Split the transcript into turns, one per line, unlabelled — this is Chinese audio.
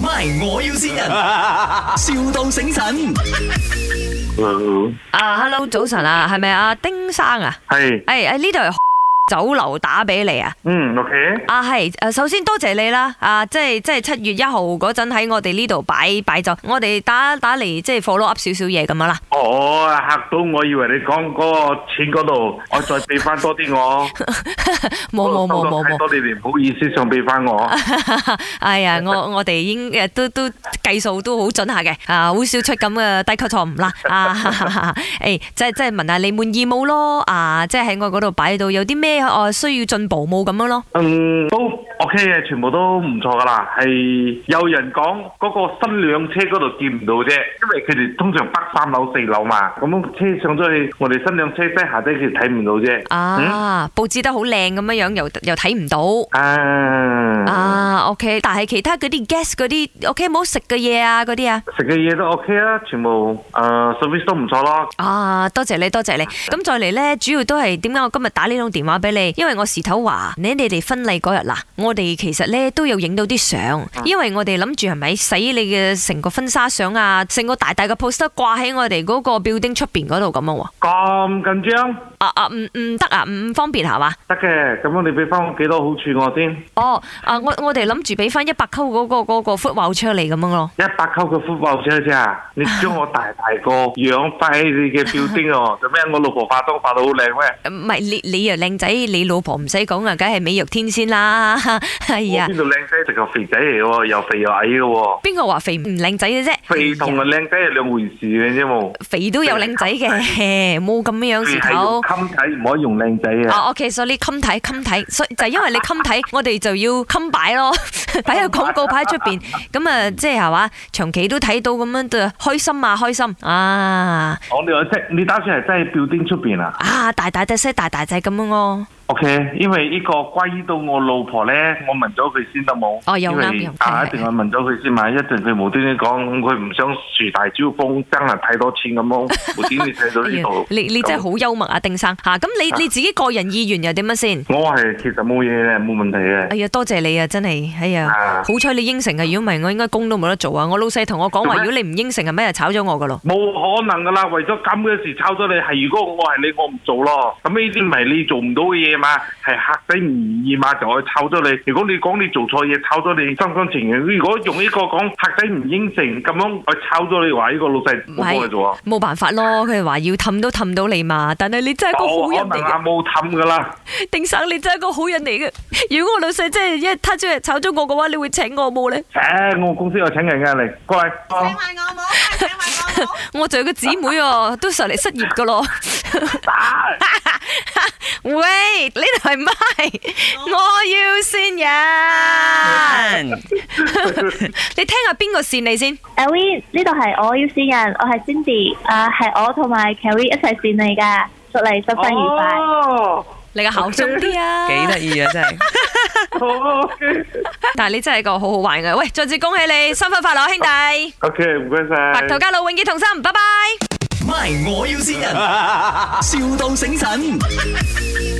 ，My 我要先人，, 笑到醒神。
嗯，
啊，Hello，早晨啊，係咪啊丁生啊？
系，
诶诶，呢度係酒樓打俾你啊！
嗯，OK，
啊係，诶，首先多謝你啦，啊，即係即系七月一號嗰陣喺我哋呢度擺擺酒，我哋打打嚟即係 follow up 少少嘢咁樣啦。
哦我吓到我以為你講嗰個錢嗰度，我再俾翻多啲我，
冇 冇冇冇
收到太多
冇，
你哋唔好意思想俾翻 我，
哎呀，我我哋已經诶都都计数都好準下嘅，啊，好少出咁嘅低級錯誤啦。啊，哈哈哈诶，即係即系问下你滿意冇咯？啊，即係喺我嗰度擺到有啲咩我需要進步冇咁樣咯？
嗯，都 OK 嘅，全部都唔錯噶啦，係有人講嗰個新娘車嗰度見唔到啫，因為佢哋通常北三樓四樓嘛，咁車上咗去，我哋新娘車低下低佢睇唔到啫，嗯
啊，佈置得好靚咁樣樣，又又睇唔到。
啊，
啊，OK，但係其他嗰啲 guest 嗰啲，OK 冇食嘅嘢啊，嗰啲啊，
食嘅嘢都 OK 啊，全部诶 service 都唔錯咯。
啊，多謝你，多謝你。咁再嚟呢，主要都係點解我今日打呢通電話俾你？因為我時頭話你你哋婚禮嗰日嗱，我哋其實呢都有影到啲相，因為我哋諗住係咪洗你嘅成個婚紗相啊，成個大大嘅 poster 掛喺我哋嗰個 building 出邊嗰度咁啊樣喎。
咁緊張？
啊啊，唔唔得啊，唔唔方便係嘛？
得嘅，咁你俾翻幾多好處我先？
哦，啊，我我哋諗住俾翻一百溝嗰個嗰、個 foot w 出嚟咁樣咯。
一百溝嘅福報啫啫，你將我大大個養翻喺你嘅表丁 哦，做咩？我老婆化妝化到好靚咩？
唔係你你又靚仔，你老婆唔使講啊，梗係美若天仙啦。 係
我
啊，
邊度靚仔？直頭肥仔嚟嘅喎，又肥又矮嘅喎，
邊個話肥唔靚仔嘅啫？
肥同啊靚仔係兩回事嘅啫喎。
肥都有靚仔 嘅，冇咁樣
肥
舌
係用
頭。
襟睇，唔可以用靚仔啊。
啊，OK，所以你襟睇襟睇，所以就係因為你襟 睇，我哋就要襟擺咯， 擺個廣告牌喺出邊，咁啊，即係係嘛，長期都睇到咁樣，就開心啊，開心啊，
我哋話即你打算係真係表丁出邊啊
啊，大大隻些，大大隻咁樣咯，
？OK，因為呢個關於到我老婆咧，我問咗佢先得冇。
哦有啱
因為
有
啊，
係
一定我問咗佢先嘛，一定佢無端端講佢唔想樹大招風，爭人太多錢咁 咯，無端端睇到
哎
呢
呀
度。
你你真係
咁
好幽默啊，丁生嚇，咁你你自己個人意願又點樣先？
我係其實冇嘢嘅，冇問題嘅。
哎呀，多謝你啊，真係，哎呀
啊，
好彩你應承啊，如果唔係我應該工都冇得做啊。我老細同我講話，
做
如
咩
果你唔應承，係咩就炒咗我噶咯。
冇可能噶啦，為咗咁嘅事炒咗你，係如果我係你，我唔做咯。咁呢啲唔係你做唔到嘅嘢嘛，係客仔唔滿意嘛，就去炒咗你。如果你講你做錯嘢，炒咗你心甘情願。如果用呢個講客仔唔應承咁樣，我炒咗你話呢個老細冇幫佢做啊，
冇辦法咯，佢哋話要氹都氹到你嘛。但係你真係個好
冇
人
可
嚟
能啊，
嘅，
冇氹噶啦。
丁生你真係個好人嚟嘅。如果我老細真係一他朝日炒咗我嘅話，你會請我冇呢？
誒，我公司有請人嘅嚟，過嚟。
请埋我冇，请埋我冇。
我仲有個姊妹啊，都上嚟失業噶咯。 喂，呢度係咪？我要善人， 你聽下邊個善你先？
阿 Win 呢度係我要線人，我係 Cindy，啊係我同埋 Carrie 一齊線你噶，祝你新婚愉快。
哦，
你個口中啲 啊！
幾得意啊！真係，
好
但係你真係個好好玩嘅。喂，再次恭喜你新婚快樂，兄弟！
，OK，唔該晒。
白頭偕老，永結同心，拜拜。
My 我要先人，,笑到醒神。